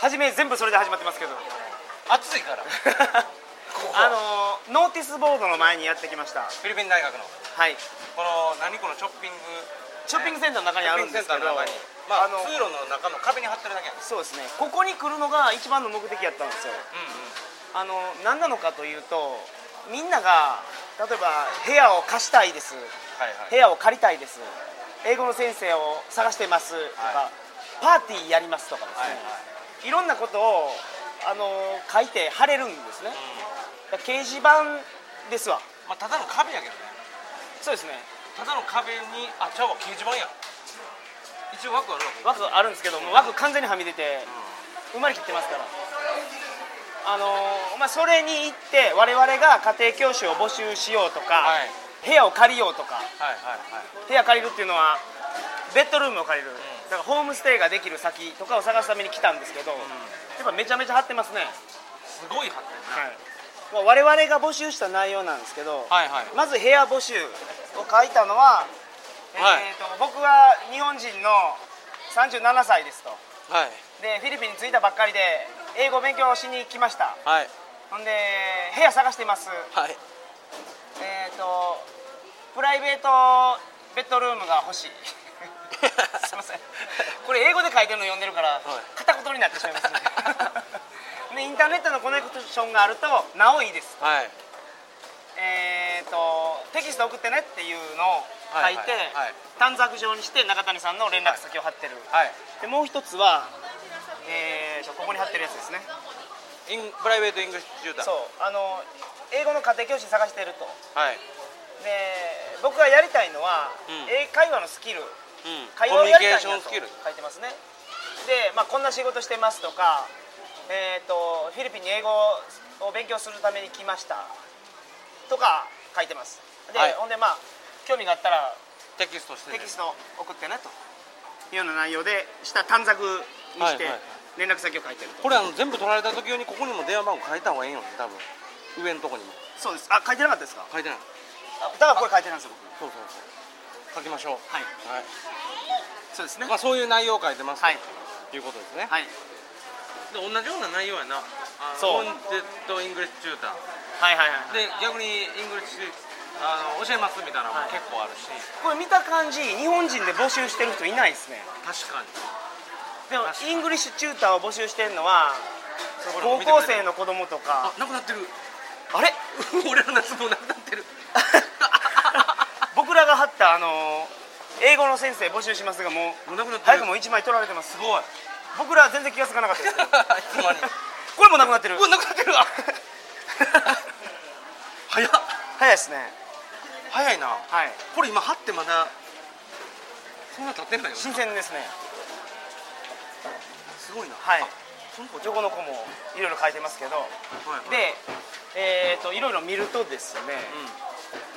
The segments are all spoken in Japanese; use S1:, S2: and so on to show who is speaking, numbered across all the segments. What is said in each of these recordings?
S1: 初め全部それで始まってますけど
S2: 暑いからここ
S1: あのーノーティスボードの前にやってきました
S2: フィリピン大学の
S1: はい
S2: この何このショッピング
S1: ショッピングセンターの中にあるんですけ
S2: ショッ
S1: ど
S2: ピングセンターの中にまあ
S1: あの
S2: 通路の中の壁に貼ってるだけやん
S1: そうですねここに来るのが一番の目的やったんですよ
S2: う
S1: あの何なのかというとみんなが例えば部屋を貸したいです
S2: んうんはいはい
S1: 部屋を借りたいです英語の先生を探してますと
S2: は
S1: か、パーティーやりますとかです
S2: はい
S1: ね、いろんなことをあの書いて貼れるんです
S2: うん
S1: ねだから掲示板ですわ
S2: まあただの壁やけどね
S1: そうですね
S2: ただの壁にあちゃうわ掲示板や一応枠あるわけ
S1: 枠あるんですけどもう枠完全にはみ出て埋まりきってますからあのーまあ、それに行って我々が家庭教師を募集しようとか、
S2: はい
S1: 部屋を借りようと
S2: はい
S1: か
S2: はいはい
S1: 部屋借りるっていうのはベッドルームを借りる、だからホームステイができる先とかを探すために来たんですけど、やっぱめちゃめちゃ張ってますね、
S2: すごい貼ってるな
S1: まあ我々が募集した内容なんですけど、
S2: はいはい
S1: まず部屋募集を書いたのは、
S2: はい
S1: えーと僕は日本人の37歳ですと
S2: はい
S1: でフィリピンに着いたばっかりで英語勉強しに来ました
S2: はい
S1: ほんで部屋探しています
S2: はい
S1: えっ、とプライベートベッドルームが欲 しいすいませんこれ英語で書いてるの読んでるから
S2: い
S1: 片言になってしまいますね でインターネットのコネクションがあるとなおいいです
S2: はい
S1: えっ、とテキスト送ってねっていうのを書いて、
S2: はいはいはい
S1: 短冊状にして中谷さんの連絡先を貼ってる、
S2: はい
S1: でもう一つはえーとここに貼ってるやつですね
S2: インプライベートイングリッシュチューター
S1: そうあの英語の家庭教師探してると
S2: はい
S1: で僕がやりたいのは、
S2: うん
S1: 英会話のスキル
S2: うん
S1: 会
S2: コ
S1: 話を
S2: ミュ
S1: や
S2: ニケ
S1: りた
S2: ーショ
S1: いんだ
S2: ンス
S1: と書い
S2: キル
S1: てますねで、まあ、こんな仕事してますとか、えー、とフィリピンに英語を勉強するために来ましたとか書いてますで、
S2: はい
S1: ほんでまあ興味があったら
S2: テキストして
S1: テキスト送ってねというような内容でした短冊にして
S2: はいはいはい
S1: 連絡先を書いてると、
S2: これあの全部取られた時用にここにも電話番号書いた方がいいよね多分上のとこにも
S1: そうですあ書いてなかったですか
S2: 書いてない
S1: あだからこれ書いてないんですよ
S2: そ
S1: 僕
S2: うそうそう書きましょう
S1: はい
S2: はい、
S1: そうですね
S2: まあそういう内容を書いてます、
S1: はい
S2: ということですね、
S1: はい
S2: で同じような内容やなそ
S1: そ
S2: ううホーンテッドイングリッシュチューター
S1: はいはいはい
S2: で逆にイングリッシュあの教えますみたいなのも結構あるし、
S1: これ見た感じ日本人で募集してる人いないですね
S2: 確かに
S1: でも
S2: 確かに
S1: イングリッシュチューターを募集してるのは
S2: そう
S1: 高校生の子供とか
S2: あなくなってる
S1: あれ
S2: 俺の夏もなくなって る
S1: 僕らが貼ったあの英語の先生募集しますがもう
S2: もうなくなってる
S1: 早くもう1枚取られてま
S2: す
S1: す
S2: ごいい
S1: 僕らは全然気がつかなかったです
S2: つ の間に
S1: これもなくなってる
S2: うわなくなってるわ早っ
S1: 早いですね
S2: 早いな
S1: はい
S2: これ今貼ってまだそんな経ってないよ
S1: 新鮮ですね
S2: すごいな
S1: はい
S2: あその子ちょ
S1: 横の子もいろいろ書いてますけど
S2: はいはい
S1: でえー、といろいろ見るとですね、
S2: うん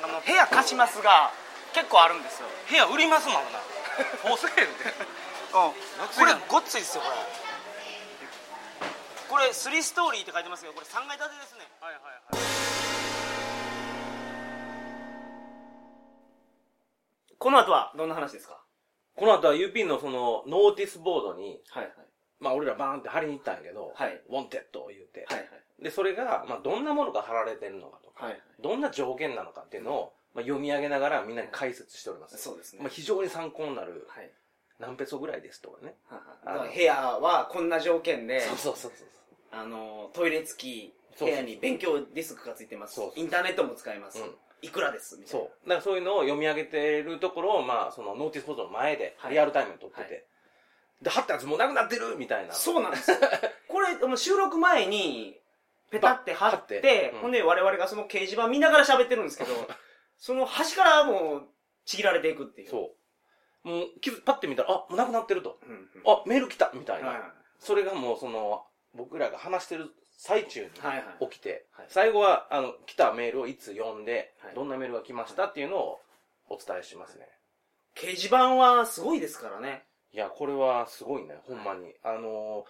S1: あの部屋貸しますが結構あるんですよ
S2: 部屋売りますもん なフォーセールで
S1: これごっついですよこれこれ3ストーリーって書いてますけどこれ3階建てですね
S2: はいはいはい
S1: この後はどんな話ですか
S2: この後はユピンのそのノーティスボードに
S1: はいはい
S2: まあ俺らバーンって貼りに行ったんやけど、
S1: はい
S2: ウォンテッドを言うて、
S1: はい
S2: でそれが、まあ、どんなものが貼られてるのかとか、
S1: はいはい
S2: どんな条件なのかっていうのを、まあ、読み上げながらみんなに解説しております、
S1: そうですね
S2: まあ、非常に参考になる、
S1: はい
S2: 何ペソぐらいですとかね
S1: だから部屋はこんな条件で
S2: そうそうそうそう
S1: あのトイレ付き
S2: そ
S1: 部
S2: うそう
S1: 屋に勉強ディスクがついてます
S2: そうそう
S1: インターネットも使えます、
S2: うん
S1: いくらですみた
S2: そ
S1: いな
S2: う。だからそういうのを読み上げてるところを、まあ、そのノーティスポートの前で、リアルタイムに撮ってて。
S1: はい
S2: で、貼ったやつもうなくなってるみたいな。
S1: そうな んですよこれもう収録前にペタって貼って
S2: ば貼ってうん
S1: ほんで我々がその掲示板見ながら喋ってるんですけどその端からもうちぎられていくっていう
S2: そう。もう、気づパッて見たら、あ、もうなくなってると。
S1: うんうん
S2: あ、メール来たみたいな。
S1: はい
S2: それがもう、その、僕らが話してる最中に
S1: はいはい
S2: 起きて、
S1: はい
S2: 最後は、あの、来たメールをいつ読んで、
S1: はい
S2: どんなメールが来ましたっていうのをお伝えしますね。
S1: 掲示板はすごいですからね。
S2: いや、これはすごいね、ほんまに。あの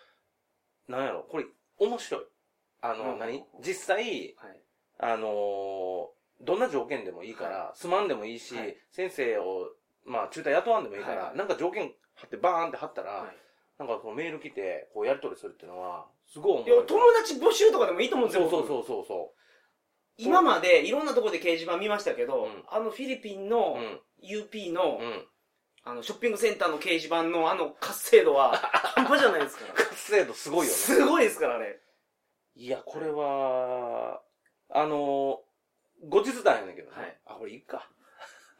S2: ー、なんやろ、これ、面白い。あの、
S1: うん
S2: 何実際、
S1: はい。
S2: あのーどんな条件でもいいから、
S1: は
S2: すまんでもいいし、
S1: はい
S2: 先生を、まあ、中退雇わんでもいいから、
S1: はい
S2: なんか条件貼って、バーンって貼ったら、なんかそのメール来て、こうやり取りするっていうのは、すごい
S1: いや
S2: 思う。
S1: 友達募集とかでもいいと思うんです
S2: そ
S1: よ
S2: うそう
S1: う
S2: そうそうそ
S1: 今までいろんなところで掲示板見ましたけど、
S2: うん
S1: あのフィリピン
S2: う。
S1: の
S2: うん
S1: UP の,、
S2: うん。
S1: あのショッピングセンターの掲示板のあの活性 度は半端じゃないですから
S2: 活性度すごいよね。
S1: すごいですからあれ
S2: いや、これは、あのー、後日談やねんけどね。
S1: はい
S2: あ、これいいか。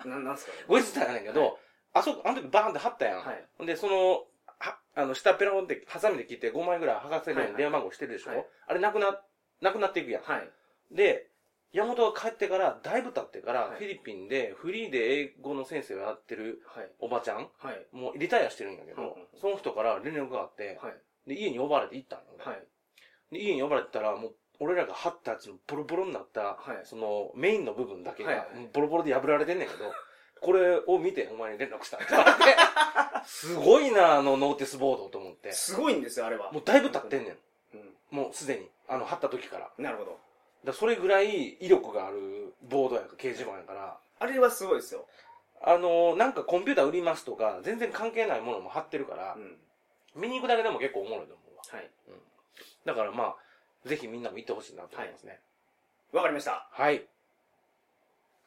S1: ななんですか
S2: 後日談やねんけど、あそこ、あの時バーンって貼ったやん。
S1: はい
S2: ほんで、その、は、あの、下ペロンって、ハサミで切って5枚ぐらい剥がせるように電話番号してるでしょ、
S1: はいはい
S2: あれなくな、なくなっていくやん。
S1: はい
S2: で、山本が帰ってから、だいぶ経ってから、
S1: はい
S2: フィリピンでフリーで英語の先生をやってる
S1: はい
S2: おばちゃん、
S1: はい
S2: もうリタイアしてるんやけど、
S1: うんうんうん
S2: その人から連絡があって、
S1: はい
S2: で、家に呼ばれて行ったの、ね。
S1: はい
S2: で、家に呼ばれてたら、もう、俺らが貼ったやつのボロボロになった、
S1: はい
S2: その、メインの部分だけが、
S1: はいはい
S2: ボロボロで破られてんねんけ ど、これを見て、お前に連絡したって言われて、すごいな、あのノーティスボードと思って。
S1: すごいんですよあれは
S2: もうだいぶ経ってんね。
S1: うん
S2: もうすでに。あの、貼った時から。だか
S1: んなるほど
S2: らそれぐらい威力があるボードやから、掲示板やから、
S1: あれはすごいですよ、
S2: あの、なんかコンピューター売りますとか、全然関係ないものも貼ってるから
S1: う、ん
S2: 見に行くだけでも結構おもろいと思うわ。
S1: はい
S2: だからまあ、ぜひみんなも行ってほしいなと思いますね。
S1: わかりました
S2: はい。